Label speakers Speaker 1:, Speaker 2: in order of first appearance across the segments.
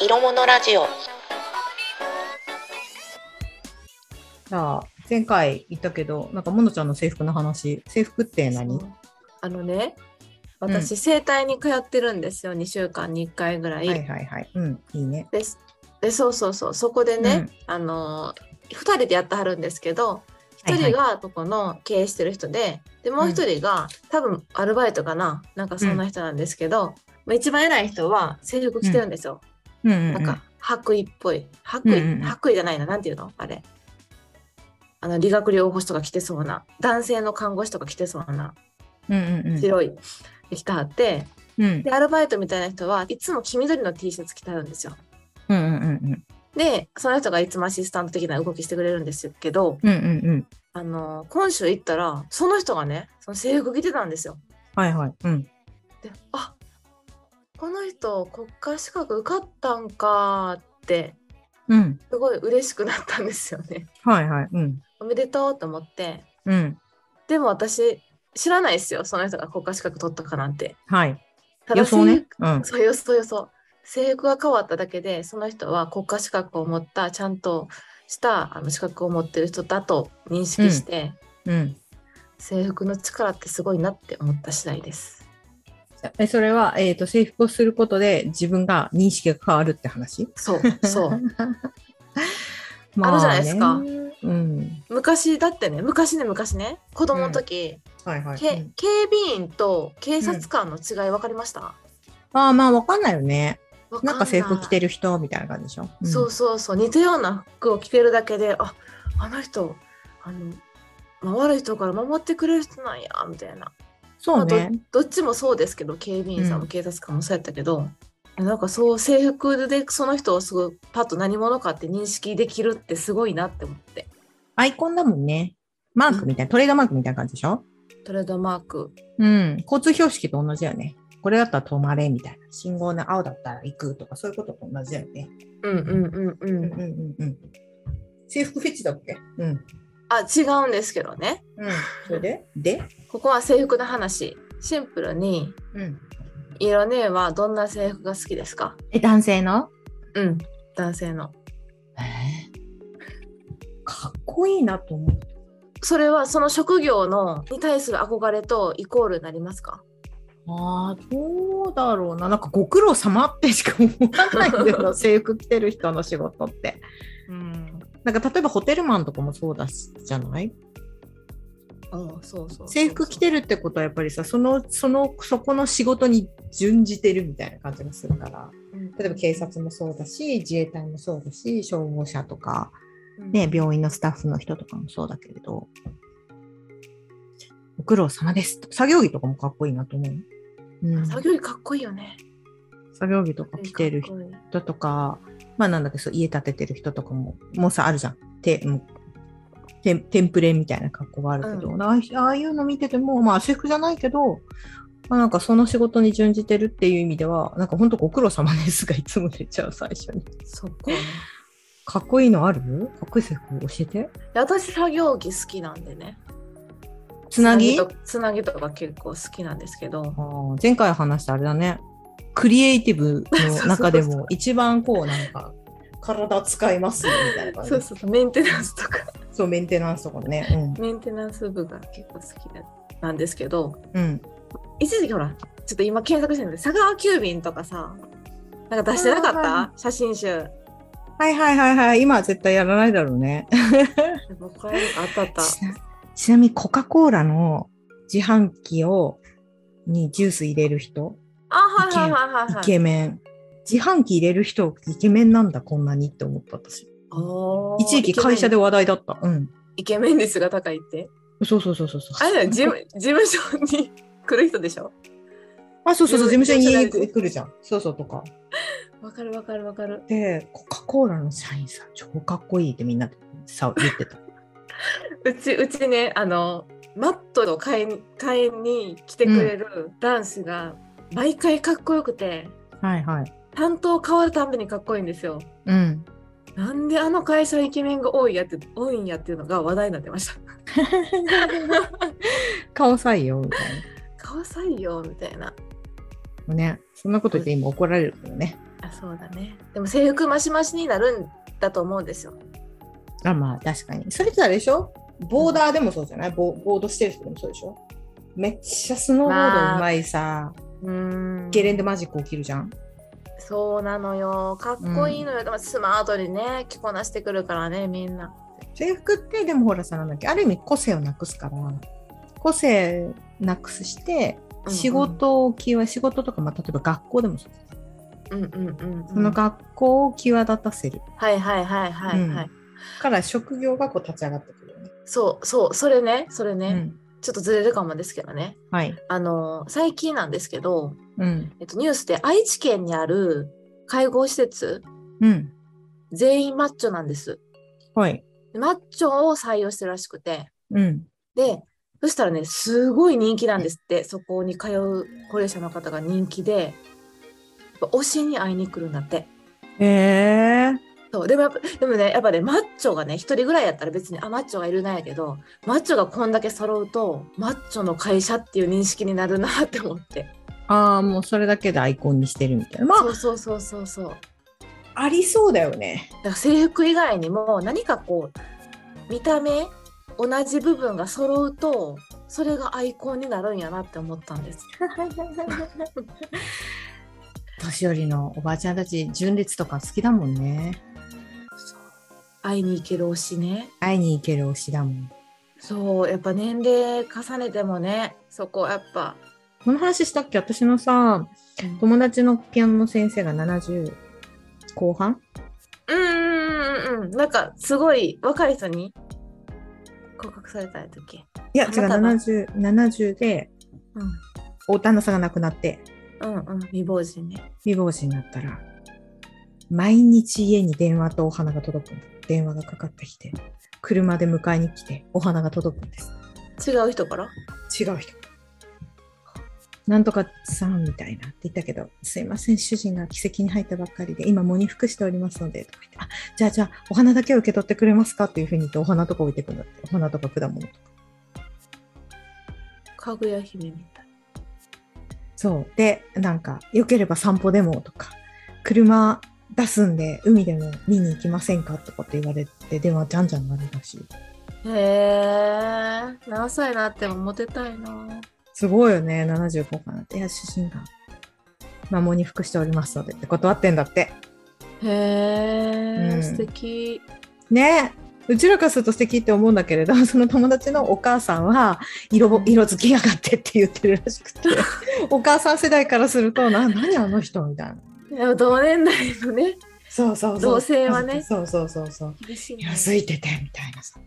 Speaker 1: 色物ラジオ
Speaker 2: じゃあ、前回言ったけど、なんか、ものちゃんの制服の話、制服って何
Speaker 3: そうあのね私整体に通ってるんですよ2週間に1回ぐらい。
Speaker 2: はいはいはい。うん、いいね。
Speaker 3: ですでそうそうそうそこでね、あの2人でやってはるんですけど
Speaker 2: はい
Speaker 3: 1
Speaker 2: はい
Speaker 3: 人がとこの経営してる人で,、でもう1人が、多分アルバイトかななんかそんな人なんですけど、まあ、一番偉い人は制服着てるんですよ、
Speaker 2: うんうん、う
Speaker 3: なんか、白衣っぽい白衣、
Speaker 2: うんうんうん
Speaker 3: 白衣じゃないななんていうのあれあの理学療法士とか着てそうな男性の看護師とか着てそうな
Speaker 2: うんうんうん。
Speaker 3: 白い着てはって、
Speaker 2: うん
Speaker 3: でアルバイトみたいな人はいつも黄緑の T シャツ着てはるんですよ
Speaker 2: うんうんうん
Speaker 3: でその人がいつもアシスタント的な動きしてくれるんですけど
Speaker 2: うん。うんうんうん。
Speaker 3: あの今週行ったらその人がねその制服着てたんですよ
Speaker 2: はいはい。うん。
Speaker 3: であこの人国家資格受かったんかって
Speaker 2: うん。
Speaker 3: すごい嬉しくなったんですよね
Speaker 2: はいはい。うん。
Speaker 3: おめでとうと思って
Speaker 2: うん。
Speaker 3: でも私知らないですよその人が国家資格取ったかなんて
Speaker 2: はい。
Speaker 3: ただ
Speaker 2: 予想ね
Speaker 3: 制。
Speaker 2: うん。
Speaker 3: そうよそうよそう制服が変わっただけでその人は国家資格を持ったちゃんとしたあの資格を持ってる人だと認識して、
Speaker 2: うん。
Speaker 3: 制服の力ってすごいなって思った次第です
Speaker 2: え、それは、えっ、と、制服をすることで自分が認識が変わるって話
Speaker 3: そうそう
Speaker 2: ま
Speaker 3: あるじゃないですか
Speaker 2: ねうん。
Speaker 3: 昔だってね昔ね昔ね子供の時、
Speaker 2: はいはい。
Speaker 3: け
Speaker 2: うん
Speaker 3: 警備員と警察官の違い分かりました、
Speaker 2: ああ、まあ、わかんないよね。
Speaker 3: わ
Speaker 2: なんか制服着て
Speaker 3: る、
Speaker 2: る人みたいな感じでしょ。うん
Speaker 3: そうそうそう似たような服を着てるだけでああの人あのまあ悪い人から守ってくれる人なんやみたいな
Speaker 2: そう
Speaker 3: まあ
Speaker 2: ね。
Speaker 3: どどっちもそうですけど警備員さん
Speaker 2: う
Speaker 3: も
Speaker 2: ん
Speaker 3: 警察官もそうやったけど、なんかそう制服でその人をすごいパッと何者かって認識できるってすごいなって思って
Speaker 2: アイコンだもんね。マークみたいな、トレードマークみたいな感じでしょ
Speaker 3: トレードマーク
Speaker 2: うん。交通標識と同じだよね。これだったら止まれみたいな。信号の青だったら行くとか、そういうことと同じだよね。
Speaker 3: うんうんうんう
Speaker 2: うん
Speaker 3: ん、
Speaker 2: うんうんうん。制服フェチだっけうん。
Speaker 3: あ違うんですけどね
Speaker 2: うん。それでで
Speaker 3: ここは制服の話シンプルに
Speaker 2: うん。
Speaker 3: 色ねはどんな制服が好きですか
Speaker 2: え、男性の
Speaker 3: うん男性の
Speaker 2: かっこいいなと思う。
Speaker 3: それはその職業のに対する憧れとイコールになりますか
Speaker 2: ああ、どうだろうな。なんかご苦労様ってしか思わないんだ よな、制服着てる人の仕事って。
Speaker 3: うん
Speaker 2: なんか例えばホテルマンとかもそうだし、じゃない
Speaker 3: そうそうそう
Speaker 2: 制服着てるってことはやっぱりさそのそのそこの仕事に準じてるみたいな感じがするから
Speaker 3: うん
Speaker 2: 例えば警察もそうだし自衛隊もそうだし消防車とか、
Speaker 3: うん
Speaker 2: ね、病院のスタッフの人とかもそうだけれどご苦労様です作業着とかもかっこいいなと思う、うん、
Speaker 3: 作業着かっこいいよね
Speaker 2: 作業着とか着てる
Speaker 3: かっこいい
Speaker 2: 人とかまあなんだっけそう家建ててる人とかももうさあるじゃんてもうテンテンプレみたいな格好があるけど、
Speaker 3: う
Speaker 2: ああああいうの見ててもまあ制服じゃないけど、まあ、なんかその仕事に準じてるっていう意味ではなんかほんとご苦労様ですがいつも出ちゃう最初に
Speaker 3: そっ か。
Speaker 2: かっこいいのあるかっこいい制服教えて
Speaker 3: で私作業着好きなんでね。
Speaker 2: つなぎ
Speaker 3: つとつなぎとか結構好きなんですけど。
Speaker 2: あー前回話したあれだねクリエイティブの中で
Speaker 3: そうそうそ
Speaker 2: も
Speaker 3: う
Speaker 2: 一番こうなんか体使いますよみたいな感じ
Speaker 3: そうそうそうメンテナンスとか
Speaker 2: そうメンテナンスとかね
Speaker 3: メンテナンス部が結構好きななんですけど
Speaker 2: うん、うん、
Speaker 3: 一時期ほらちょっと今検索してるんで佐川急便とかさなんか出してなかっ
Speaker 2: あ
Speaker 3: た写真集
Speaker 2: はいはいはいはい。今は絶対やらないだろうね。
Speaker 3: でもこれあったあった
Speaker 2: ちなちなみにコカ・コーラの自販機を、にジュース入れる人、
Speaker 3: あはいはいはいはい
Speaker 2: イ
Speaker 3: はい
Speaker 2: ケメン。自販機入れる人、イケメンなんだ、こんなにって思った私。
Speaker 3: おー
Speaker 2: 一時期会社で話題だった。うん。
Speaker 3: イケメンイケメン率が高いって
Speaker 2: そうそうそうそうそう。
Speaker 3: あれだよ事務事務所に来る人でしょ
Speaker 2: あ、そうそうそう、事務所に
Speaker 3: 事務所
Speaker 2: 来来るじゃん。そうそうとか。
Speaker 3: わかるわかるわかる
Speaker 2: で、コカ・コーラの社員さん、超かっこいいってみんなでさ言ってた。
Speaker 3: うちうちねあのマットの買いに買いに来てくれる男子が毎回かっこよくて
Speaker 2: はいはい。
Speaker 3: 担当変わるたんびにかっこいいんですよ。
Speaker 2: うん。
Speaker 3: なんであの会社イケメンが多いやって多いんやっていうのが話題になってました。
Speaker 2: 顔採用みたいな。
Speaker 3: 顔採用みたいな。
Speaker 2: ね、そんなこと言って今怒られるけどね。
Speaker 3: あやそうだねでも制服マシマシになるんだと思うんですよ
Speaker 2: あ、まあ確かに。それってあれでしょボーダーでもそうじゃないボボードしてる人でもそうでしょめっちゃスノーボードうまいさ、
Speaker 3: うーん
Speaker 2: ゲレンデマジック起きるじゃん。
Speaker 3: そうなのよかっこいいのよ、でもスマートにね着こなしてくるからねみんな
Speaker 2: 制服ってでもほらさ、なんだっけ、ある意味個性をなくすから、個性なくして、仕事を際、仕事とか、まあ、例えば学校でもそう、
Speaker 3: うんうんうん、うん、
Speaker 2: その学校を際立たせる
Speaker 3: はいはいはいはいはい、
Speaker 2: から職業がこう立ち上がってくるよね。
Speaker 3: そうそうそれねそれね、
Speaker 2: うん
Speaker 3: ちょっとずれるかもですけどね
Speaker 2: はい。
Speaker 3: あの最近なんですけど、
Speaker 2: うん。
Speaker 3: えっと、ニュースで愛知県にある介護施設
Speaker 2: うん。
Speaker 3: 全員マッチョなんです
Speaker 2: はい。
Speaker 3: でマッチョを採用してるらしくて
Speaker 2: うん。
Speaker 3: でそしたらねすごい人気なんですってそこに通う高齢者の方が人気でやっぱ推しに会いに来るんだって
Speaker 2: へえ。
Speaker 3: そうでもやっぱでもねやっぱねマッチョがね一人ぐらいやったら別にあマッチョがいるなんやけどマッチョがこんだけ揃うとマッチョの会社っていう認識になるなって思って
Speaker 2: ああ、もうそれだけでアイコンにしてるみたいな。まあ
Speaker 3: そうそうそうそうそうだか
Speaker 2: ありそうだよね。
Speaker 3: ら制服以外にも何かこう見た目同じ部分が揃うとそれがアイコンになるんやなって思ったんです
Speaker 2: 年寄りのおばあちゃんたち、純烈とか好きだもんね。
Speaker 3: 会いに行ける推しね
Speaker 2: 会いに行ける推しだもん。
Speaker 3: そうやっぱ年齢重ねてもねそこやっぱ、
Speaker 2: この話したっけ私のさ、友達のピアノの先生が70後半
Speaker 3: うんうんうんうんなんかすごい若い人に告白された時
Speaker 2: いや、違う、
Speaker 3: あなたが
Speaker 2: 70、70で、
Speaker 3: う
Speaker 2: お旦那さんが亡くなって、
Speaker 3: んうんうん未亡人ね
Speaker 2: 未亡人になったら、毎日家に電話とお花が届くんだ電話がかかってきて、車で迎えに来て、お花が届くんです。
Speaker 3: 違う人から
Speaker 2: 違う人。なんとかさんみたいなって言ったけど、すいません、主人が奇跡に入ったばっかりで、今、喪に服しておりますので、とか言って、あじゃあ、じゃあ、お花だけを受け取ってくれますかっていうふうに言って、お花とか置いてくんだって、お花とか果物とか。
Speaker 3: かぐや姫みたい
Speaker 2: そう。で、なんか、良ければ散歩でもとか、車出すんで、海でも見に行きませんかとかって言われて、電話じゃんじゃん鳴るらしい。
Speaker 3: へえ何歳になってもモテたいな
Speaker 2: すごいよね、75かなって。いや、主人が、まあ喪に服しておりますのでって断ってんだって。
Speaker 3: へえ、
Speaker 2: うん
Speaker 3: 素敵
Speaker 2: ねうちらからすると素敵って思うんだけれど その友達のお母さんは色ぼ色づきやがってって言ってるらし くてお母さん世代からするとな何あの人みたいな
Speaker 3: でも同年代のね
Speaker 2: そうそうそう
Speaker 3: 同性はね
Speaker 2: そうそうそうそう
Speaker 3: 厳しいね
Speaker 2: 色づいててみたいなさ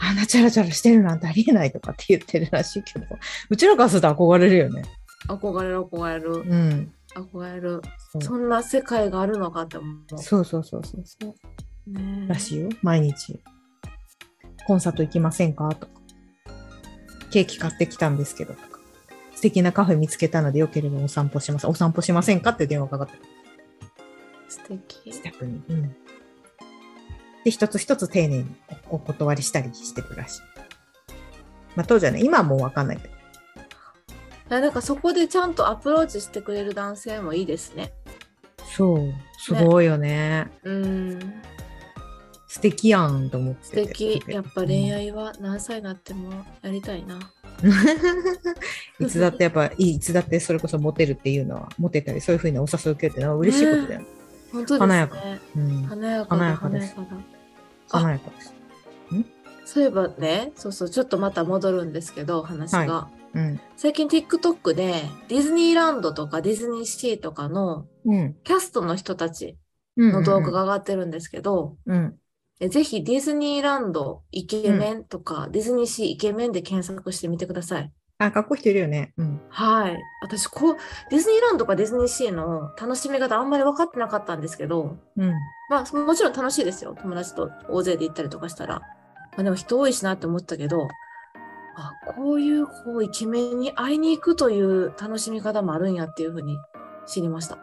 Speaker 2: あんなチャラチャラしてるなんてありえないとかって言ってるらしいけどうちらからすると憧れるよね
Speaker 3: 憧れる憧れる
Speaker 2: うん
Speaker 3: 憧れる
Speaker 2: そう
Speaker 3: そんな世界があるのかって思う
Speaker 2: そうそうそうそうそう
Speaker 3: ね
Speaker 2: らしいよ毎日コンサート行きませんかとかケーキ買ってきたんですけどとか素敵なカフェ見つけたのでよければお散歩しますお散歩しませんかって電話かかってくる
Speaker 3: 素敵
Speaker 2: 自宅に、うん、で一つ一つ丁寧におお断りしたりしてくらしいまあ当時はね今はもう分かんないけど
Speaker 3: いやなんかそこでちゃんとアプローチしてくれる男性もいいですね。
Speaker 2: そうすごいよね
Speaker 3: うん
Speaker 2: 素敵やんと思って
Speaker 3: 素
Speaker 2: て
Speaker 3: 敵やっぱ恋愛は何歳になってもやりたいな。
Speaker 2: いつだってやっぱいいつだってそれこそモテるっていうのはモテたりそういうふうにお誘いを受けるっていうのは嬉しいことだよね。
Speaker 3: 本当ですね。
Speaker 2: 華やかうん、
Speaker 3: 華やかだ
Speaker 2: 華やか
Speaker 3: 華
Speaker 2: で
Speaker 3: や
Speaker 2: す
Speaker 3: かだ
Speaker 2: 華やかです。
Speaker 3: そういえばね、そうそう、ちょっとまた戻るんですけど、話が。
Speaker 2: うん。
Speaker 3: 最近 TikTok でディズニーランドとかディズニーシーとかの
Speaker 2: うん。
Speaker 3: キャストの人たち
Speaker 2: うん
Speaker 3: の動画。が上がってるんですけど、
Speaker 2: うん。
Speaker 3: えぜひディズニーランドイケメンとか、ディズニーシーイケメンで検索してみてください。
Speaker 2: あ、かっこいい人いるよね。うん。
Speaker 3: はい。私、こう、ディズニーランドとかディズニーシーの楽しみ方あんまり分かってなかったんですけど、
Speaker 2: うん。
Speaker 3: まあ、もちろん楽しいですよ。友達と大勢で行ったりとかしたら。まあ、でも人多いしなって思ったけど、あ、こういう、こう、イケメンに会いに行くという楽しみ方もあるんやっていうふうに知りました。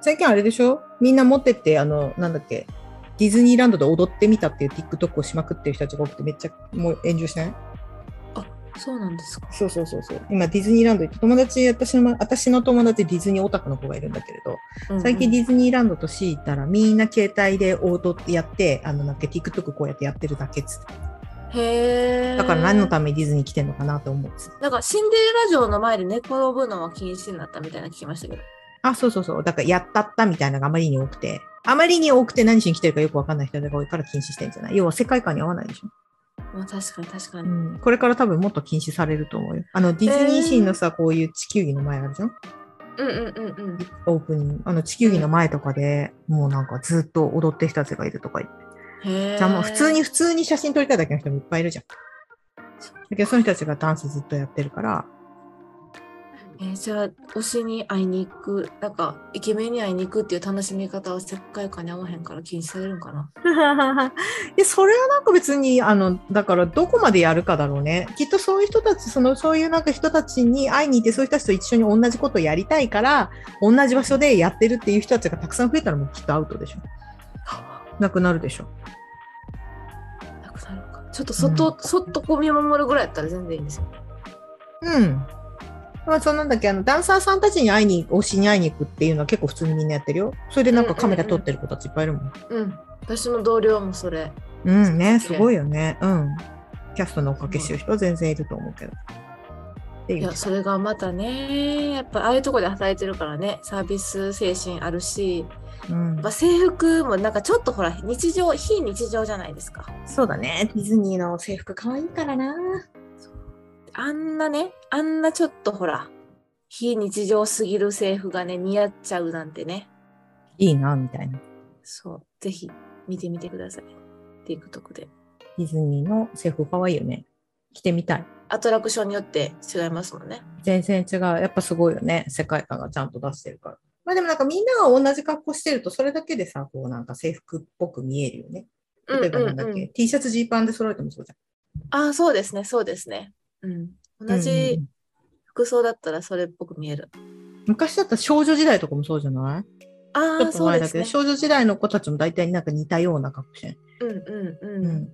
Speaker 2: 最近あれでしょみんな持ってって、あの、なんだっけ、ディズニーランドで踊ってみたっていう TikTok をしまくってる人たちが多くてめっちゃもう炎上しない
Speaker 3: そうなんですか。
Speaker 2: そうそうそうそう。今ディズニーランド行って友達私の私の友達ディズニーオタクの子がいるんだけれど、最近ディズニーランドとシー行ったらみんな携帯で応答ってやってあのなんか TikTok こうやってやってるだけっつって
Speaker 3: うんへえ。
Speaker 2: だから何のた
Speaker 3: め
Speaker 2: めにディズニー来てんのかなと思うっつって
Speaker 3: なんかシンデレラ城の前で寝転ぶのは禁止になったみたいなの聞きましたけど。
Speaker 2: あそうそうそうだからやったったみたいなのがあまりに多くてあまりに多くて何しに来てるかよくわかんない人が多いから禁止してんじゃない要は世界観に合わないでしょ
Speaker 3: まあ確かに確か
Speaker 2: う
Speaker 3: に。
Speaker 2: ん、これから多分もっと禁止されると思うよ。あのディズニーシーのさ、こういう地球儀の前あるじゃん
Speaker 3: うんうんうんうん。
Speaker 2: オープニング。あの地球儀の前とかで、もうなんかずっと踊ってる人たちがいるとか言って。
Speaker 3: へえ。
Speaker 2: じゃあもう普通に普通に写真撮りたいだけの人もいっぱいいるじゃん。だけどその人たちがダンスずっとやってるから、
Speaker 3: えーじゃあ推しに会いに行くなんかイケメンに会いに行くっていう楽しみ方は世界観に合わへんから禁止されるんかな。
Speaker 2: でそれはなんか別にあのだからどこまでやるかだろうねきっとそういう人たちそのそういうなんか人たちに会いに行ってそういう人たちと一緒に同じことをやりたいから同じ場所でやってるっていう人たちがたくさん増えたらもうきっとアウトでしょなくなるでしょ
Speaker 3: なくなるのか。ちょっと外、そっとこう見守るぐらいやったら全然いいんですよ。
Speaker 2: うんまあそんなんだっけあのダンサーさんたちに会いに推しに会いに行くっていうのは結構普通にみんなやってるよそれでなんかカメラ撮ってる子たちいっぱいいるもん
Speaker 3: うん。私の同僚もそれ。
Speaker 2: うんね、
Speaker 3: す
Speaker 2: す
Speaker 3: ごい
Speaker 2: ごいよね。うん。キャストのおかけしてる人は全然いると思うけど。って
Speaker 3: い
Speaker 2: いう
Speaker 3: や、。それがまたね、やっぱああいうとこで働いてるからね、サービス精神あるし、
Speaker 2: うん
Speaker 3: まあ、制服もなんかちょっとほら、日常、非日常じゃないですか。
Speaker 2: そうだね。ディズニーの制服可愛いからな。
Speaker 3: あんなね、あんなちょっとほら、非日常すぎる制服がね、似合っちゃうなんてね。
Speaker 2: いいな、みたいな。
Speaker 3: そう、ぜひ見てみてください。TikTok で。
Speaker 2: ディズニーの制服可愛いよね。着てみたい。
Speaker 3: アトラクションによって違いますもんね。
Speaker 2: 全然違う。やっぱすごいよね。世界観がちゃんと出してるから。まあでもなんかみんなが同じ格好してると、それだけでさ、こうなんか制服っぽく見えるよね。例えばなんだっけ、
Speaker 3: うんうんうん、
Speaker 2: T シャツジーパンで揃えてもそうじ
Speaker 3: ああ、そうですね、そうですね。うん。
Speaker 2: ゃん。
Speaker 3: 同
Speaker 2: う
Speaker 3: じ
Speaker 2: ん
Speaker 3: 服装だったらそれっぽく見える。
Speaker 2: 昔だったら少女時代とかもそうじゃないちょ
Speaker 3: あ
Speaker 2: っ
Speaker 3: あ、
Speaker 2: と
Speaker 3: そう
Speaker 2: 前
Speaker 3: で
Speaker 2: だ
Speaker 3: す
Speaker 2: けど、
Speaker 3: ね。
Speaker 2: 少女時代の子たちも大体なんか似たような格好してる、
Speaker 3: うんうん
Speaker 2: う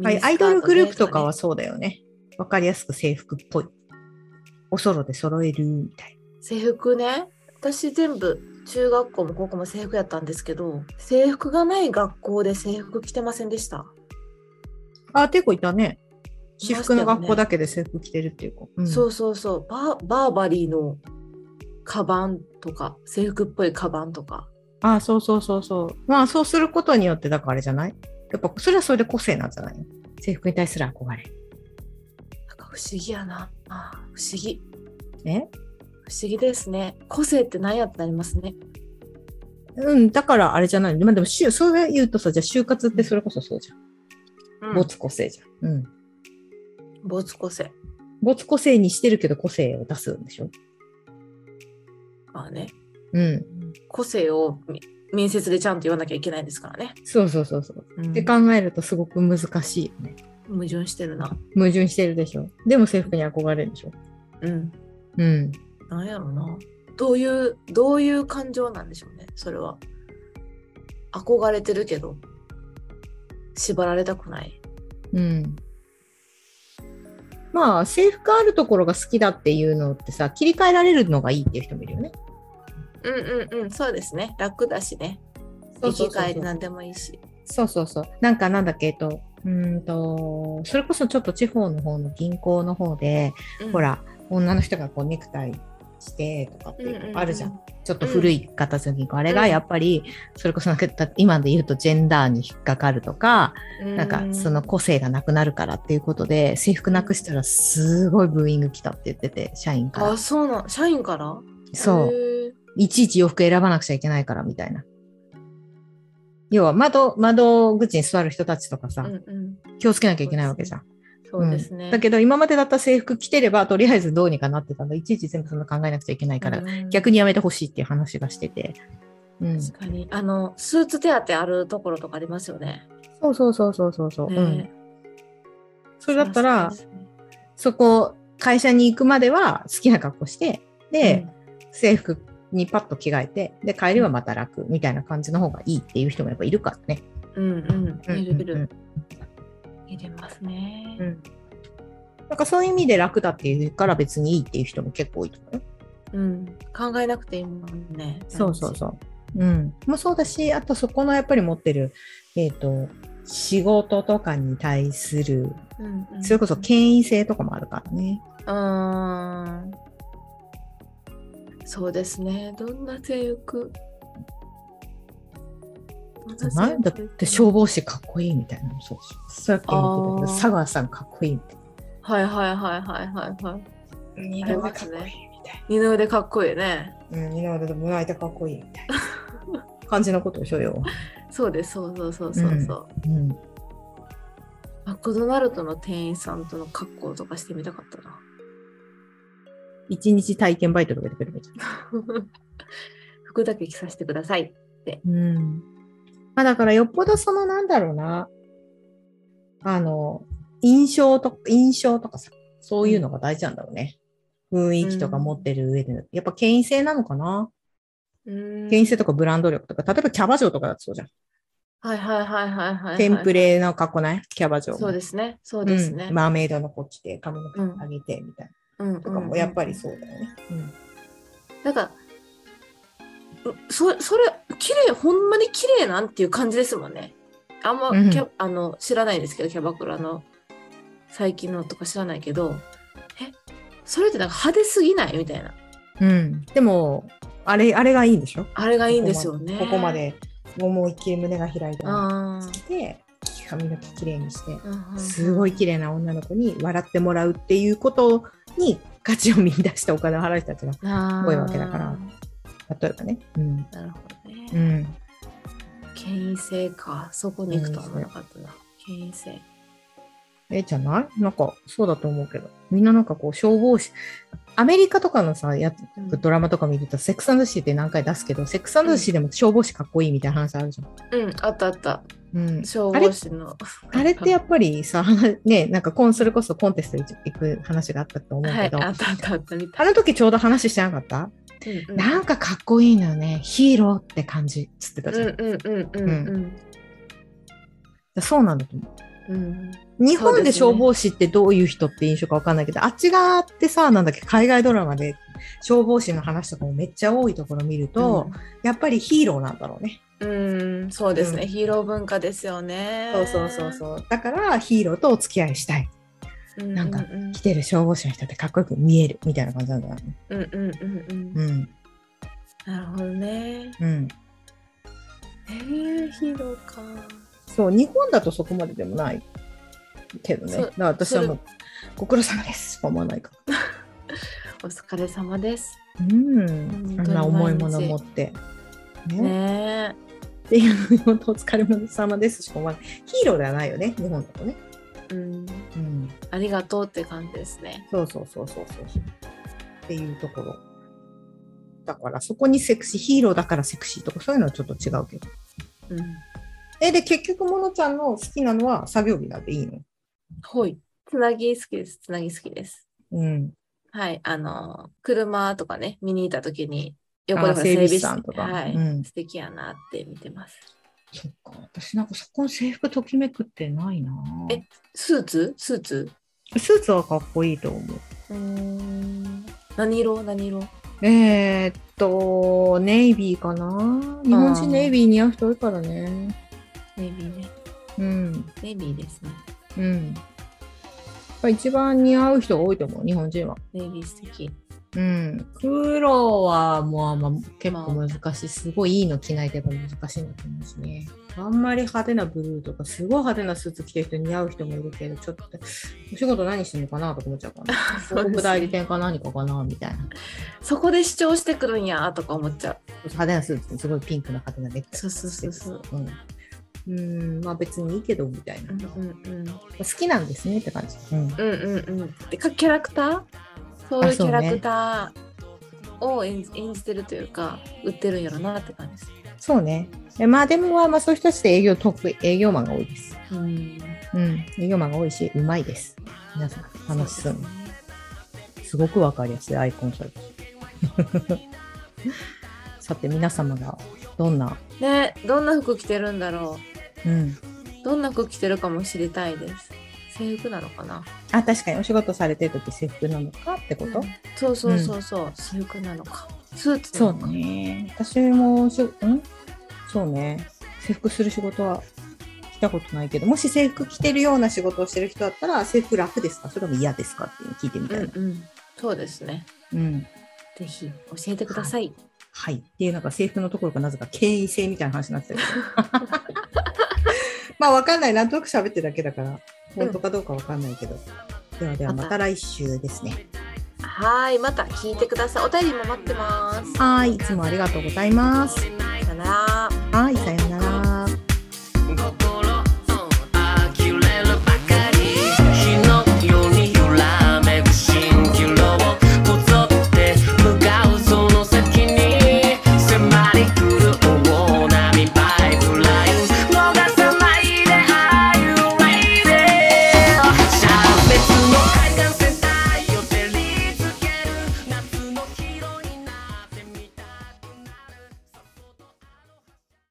Speaker 3: うん
Speaker 2: はいアイドルグループとかは
Speaker 3: ミニスカートね
Speaker 2: そうだよね。わかりやすく制服っぽい。おそろで揃えるみたい
Speaker 3: とかね制服ね私全部中学校も高校も制服やったんですけど制服がない学校で制服着てませんでした
Speaker 2: な。あ、結構いたね。私服の学校
Speaker 3: だ、
Speaker 2: だけで制服着てるっていう子。うん
Speaker 3: そうそうそうバーバーバリーのカバンとか制服っぽいカバンとか
Speaker 2: あ、そうそうそうそう。まあそうすることによって、だからあれじゃないやっぱそれはそれで個性なんじゃない制服に対する憧れ。
Speaker 3: なんか不思議やなあー不思議
Speaker 2: え
Speaker 3: 不思議ですね個性って何やってなりますね
Speaker 2: うん、だからあれじゃない。まあでも、しゅそう言うとさ、じゃあ就活ってそれこそそうじゃん。
Speaker 3: ボ
Speaker 2: 没
Speaker 3: ツ
Speaker 2: 個性じゃん。うん。
Speaker 3: ボツ個性
Speaker 2: 没個性にしてるけど個性を出すんでしょ
Speaker 3: まあね
Speaker 2: うん。
Speaker 3: 個性をみ面接でちゃんと言わなきゃいけないですからね、
Speaker 2: そうそうそうそう。
Speaker 3: うん
Speaker 2: って考えるとすごく難しいよね。
Speaker 3: 矛盾してるな
Speaker 2: 矛盾してるでしょ。でも制服に憧れるでしょ。
Speaker 3: うん
Speaker 2: うん。
Speaker 3: なんやろなどういうどういう感情なんでしょうねそれは憧れてるけど縛られたくない
Speaker 2: うん。まあ制服あるところが好きだっていうのってさ、切り替えられるのがいいっていう人もいるよね。
Speaker 3: うんうんうんそうですね楽だしね行き帰りなんでもいいし
Speaker 2: そうそうそう。なんかなんだっけ、えっと、うーんと、それこそちょっと地方の方の銀行の方で、
Speaker 3: うん
Speaker 2: ほら、女の人がこうネクタイしてとかって
Speaker 3: うん
Speaker 2: いううんのあるじゃん。
Speaker 3: う
Speaker 2: ちょっと古い形の銀行、あれが
Speaker 3: うん
Speaker 2: やっぱりそれこそなんかた今で言うとジェンダーに引っかかるとか、
Speaker 3: う
Speaker 2: なんかその個性がなくなるからっていうことで制服なくしたらすごいブーイング来たって言ってて社員から
Speaker 3: あそうなん社員から
Speaker 2: そう
Speaker 3: へー
Speaker 2: いちいち洋服選ばなくちゃいけないからみたいな要は窓窓口に座る人たちとかさ、
Speaker 3: うんうん
Speaker 2: 気をつけなきゃいけないわけじゃん
Speaker 3: そうですね、
Speaker 2: んだけど今までだったら制服着てればとりあえずどうにかなってたんだいちいち全部そんな考えなくちゃいけないから、
Speaker 3: うん
Speaker 2: 逆にやめてほしいっていう話がしてて、うん、
Speaker 3: 確かにあのスーツ手当あるところとかありますよね
Speaker 2: そうそうそうそうそうそう、うん
Speaker 3: ね
Speaker 2: それだったら
Speaker 3: そうですね
Speaker 2: そこ会社に行くまでは好きな格好してで、制服にパッと着替えてで帰りはまた楽みたいな感じの方がいいっていう人もやっぱいるからね。
Speaker 3: うんうんうんいるいる
Speaker 2: うん
Speaker 3: いれますね、
Speaker 2: うんなんかそういう意味で楽だっていうから別にいいっていう人も結構多いと思うよ。
Speaker 3: うん、考えなくていいもんね。
Speaker 2: そうそうそう。うん、もうそうだし、あとそこのやっぱり持ってる、えっ、と、仕事とかに対する、
Speaker 3: う。うんうん、
Speaker 2: それこそ権威性とかもあるからね。
Speaker 3: うーん。そうですね。どんな性欲
Speaker 2: なんだって消防士かっこいいみたいなのもそうでしょ。そうやって言ってたけど、
Speaker 3: あー
Speaker 2: 佐川さんかっこいいみたい
Speaker 3: はいはいはいはいはいは
Speaker 2: な。
Speaker 3: い。
Speaker 2: 二
Speaker 3: の腕かっこいいみ
Speaker 2: たい
Speaker 3: 二の腕かっこいいね。
Speaker 2: な。うん、二の腕と胸板かっこいいみたい な感じのことでしょよ。
Speaker 3: そうです、そうそうそうそうそう、
Speaker 2: うん。
Speaker 3: マクドナルドの店員さんとの格好とかしてみたかったな。
Speaker 2: 一日体験バイトとかやってくれるみたいな。
Speaker 3: 服だけ着させてください。
Speaker 2: うん。まあだからよっぽどそのなんだろうな、あの、印象と印象とかさ、そういうのが大事なんだろうね。雰囲気とか持ってる上で、やっぱ権威性なのかな
Speaker 3: うん
Speaker 2: 権威性とかブランド力とか、例えばキャバ嬢とかだってそうじゃん。
Speaker 3: はいはいはいはいはいはい。
Speaker 2: テンプレの格好ないキャバ嬢も。
Speaker 3: そうですね。そうですね。
Speaker 2: うんマーメイドの子着て、髪の毛上げてみたいな。
Speaker 3: うん
Speaker 2: とかもやっぱりそうだよね。
Speaker 3: なんか、うそそれ、綺麗ほんまに綺麗なんていう感じですもんね。あんま
Speaker 2: うん
Speaker 3: キャ、あの知らないですけど、キャバクラの最近のとか知らないけど、えそれってなんか派手すぎないみたいな。
Speaker 2: うん。うんでも、あれ、あれがいいんでしょ
Speaker 3: あれがいいんですよね。
Speaker 2: ここま。で思いっきり胸が開いたら
Speaker 3: あ
Speaker 2: 着て髪の毛きれいにして
Speaker 3: あ。
Speaker 2: すごい綺
Speaker 3: 麗。
Speaker 2: 麗な女の子に笑ってもらうっていうことに価値を見出したお金を払う人たちが
Speaker 3: す
Speaker 2: ごいわけだから例えばね、うん
Speaker 3: なるほどね。
Speaker 2: うん、
Speaker 3: 権威性か。そこに行くとは思わなかったな。権威性。
Speaker 2: ええじゃないなんかそうだと思うけどみんななんかこう消防士アメリカとかのさやつ
Speaker 3: うん
Speaker 2: ドラマとか見るとセックスシーって何回出すけどセックスシーでも消防士かっこいいみたいな話あるじゃん。
Speaker 3: うん、あったあった。
Speaker 2: うん、
Speaker 3: 消
Speaker 2: あれ
Speaker 3: 防士の。
Speaker 2: あれってやっぱりさ、 話ね、なんかこんそれこそコンテスト行く話があったと思う
Speaker 3: は
Speaker 2: け
Speaker 3: い、
Speaker 2: ど、
Speaker 3: あったあったあったみた
Speaker 2: あ
Speaker 3: い。
Speaker 2: の時ちょうど話してなかった、
Speaker 3: うんうん
Speaker 2: なんかかっこいいのよね。ヒーローって感じ。つって
Speaker 3: うんうんうんうん
Speaker 2: たじゃん。
Speaker 3: うん
Speaker 2: そうなんだと思う。
Speaker 3: うん
Speaker 2: 日本
Speaker 3: そう
Speaker 2: で
Speaker 3: ですね
Speaker 2: 消防士ってどういう人って印象かわかんないけど、あっち側ってさ、なんだっけ、海外ドラマで消防士の話とかもめっちゃ多いところ見ると、やっぱりヒーローなんだろうね。
Speaker 3: うん、そうですね、
Speaker 2: うん
Speaker 3: ヒーロー文化ですよね。
Speaker 2: そうそうそうそう。だからヒーローとお付き合いしたい。
Speaker 3: う。
Speaker 2: なんか
Speaker 3: うん
Speaker 2: 来てる消防士の人ってかっこよく見えるみたいな感じなんだよね。
Speaker 3: うんうんうんうん。
Speaker 2: うん。
Speaker 3: なるほどね。
Speaker 2: うん。
Speaker 3: えー、ヒーローか。
Speaker 2: そう、日本だとそこまででもないけどね。
Speaker 3: そ
Speaker 2: だ
Speaker 3: う
Speaker 2: から私はもう、ご苦労様ですしか思わないから。
Speaker 3: お疲れ様です。
Speaker 2: うん、あ
Speaker 3: 本
Speaker 2: ん
Speaker 3: 当に
Speaker 2: な重いもの持って。ね
Speaker 3: ね
Speaker 2: っていう本当お疲れ様ですしか思わない。ヒーローではないよね、日本だとね。
Speaker 3: え、うん、
Speaker 2: うん、
Speaker 3: ありがとうって感じですね。
Speaker 2: そうそうそうそうそうそう。っていうところ。だからそこにセクシー、ヒーローだからセクシーとかそういうのはちょっと違うけど。
Speaker 3: うん。
Speaker 2: え、で、結局、ものちゃんの好きなのは作業着なんでいいの
Speaker 3: ほい。つなぎ好きです。つなぎ好きです。
Speaker 2: うん。
Speaker 3: はい、あの、車とかね、見に行った時に、横
Speaker 2: あ
Speaker 3: で
Speaker 2: ー
Speaker 3: 整
Speaker 2: 整備
Speaker 3: 備
Speaker 2: 士
Speaker 3: 士
Speaker 2: さんとか
Speaker 3: はい、
Speaker 2: うん
Speaker 3: 素敵やなって見てます。
Speaker 2: そっか。私なんかそこの制服ときめくってないなぁ
Speaker 3: スーツスーツ
Speaker 2: スーツはかっこいいと思う。
Speaker 3: うーん何色何色
Speaker 2: えーっと、ネイビーかな。日本人ネイビー似合う人多いからね。
Speaker 3: ネイビーね。
Speaker 2: うん。
Speaker 3: ネイビーですね。
Speaker 2: うん。やっぱ一番似合う人が多いと思う、日本人は。
Speaker 3: ネイビー素敵。
Speaker 2: うん。黒は、もう、まあ、結構難しい。すごいいいの着ないとやっぱ難しいんだと思うしね。あんまり派手なブルーとか、すごい派手なスーツ着てる人似合う人もいるけど、ちょっと、お仕事何してるのかなとか思っちゃう から、ね、
Speaker 3: そう
Speaker 2: 広
Speaker 3: で
Speaker 2: 告
Speaker 3: す
Speaker 2: 代理
Speaker 3: ね、
Speaker 2: 店か何かかなみたいな。
Speaker 3: そこで主張してくるんやとか思っちゃ
Speaker 2: 派手なスーツにすごいピンクの派手なネクタイ
Speaker 3: そうそうそうそう。
Speaker 2: うん、うんまあ別にいいけどみたいな、
Speaker 3: う。うん
Speaker 2: ま
Speaker 3: うん
Speaker 2: あ好きなんですねって感じ、うん、
Speaker 3: うん。うんうんうん。てかキャラクターそういうキ
Speaker 2: そう
Speaker 3: ャ
Speaker 2: ね
Speaker 3: ラクターを演じ,、演じてるというか、売ってるんやろなって感じです。
Speaker 2: そうねえまあでもは、まあ、そういう人たちって営業得意営業マンが多いです、
Speaker 3: うん。
Speaker 2: うん、営業マンが多いしうまいです皆さん楽しそう
Speaker 3: で
Speaker 2: に
Speaker 3: すね
Speaker 2: すごくわかりやすいアイコンサイト さて皆様がどんな、
Speaker 3: ねどんな服着てるんだろ
Speaker 2: うん、
Speaker 3: う。どんな服着てるかも知りたいです。制服なのかな。
Speaker 2: あ、確かにお仕事されてる時制服なのかってこと、
Speaker 3: そうそうそうそう、制服なのか。スーツ
Speaker 2: そ
Speaker 3: なの
Speaker 2: う
Speaker 3: か。
Speaker 2: ね。私もしゅ、んそうね。制服する仕事は来たことないけど、もし制服着てるような仕事をしてる人だったら、制服楽ですかそれとも嫌ですかっていうのを聞いてみたいな。
Speaker 3: うんうん。そうですね。
Speaker 2: うん。
Speaker 3: ぜひ教えてください。
Speaker 2: はい。っていう、なんか制服のところがなぜか経緯性みたいな話になって るけど。まあ、わかんない。なんとなく喋ってるだけだから、本当かどうかわかんないけど。ではでは、
Speaker 3: ま
Speaker 2: ま
Speaker 3: た
Speaker 2: た来週ですね。
Speaker 3: はい、また聞いてください。お便りも待ってます。
Speaker 2: はい。いつもありがとうございます。
Speaker 3: さよなら。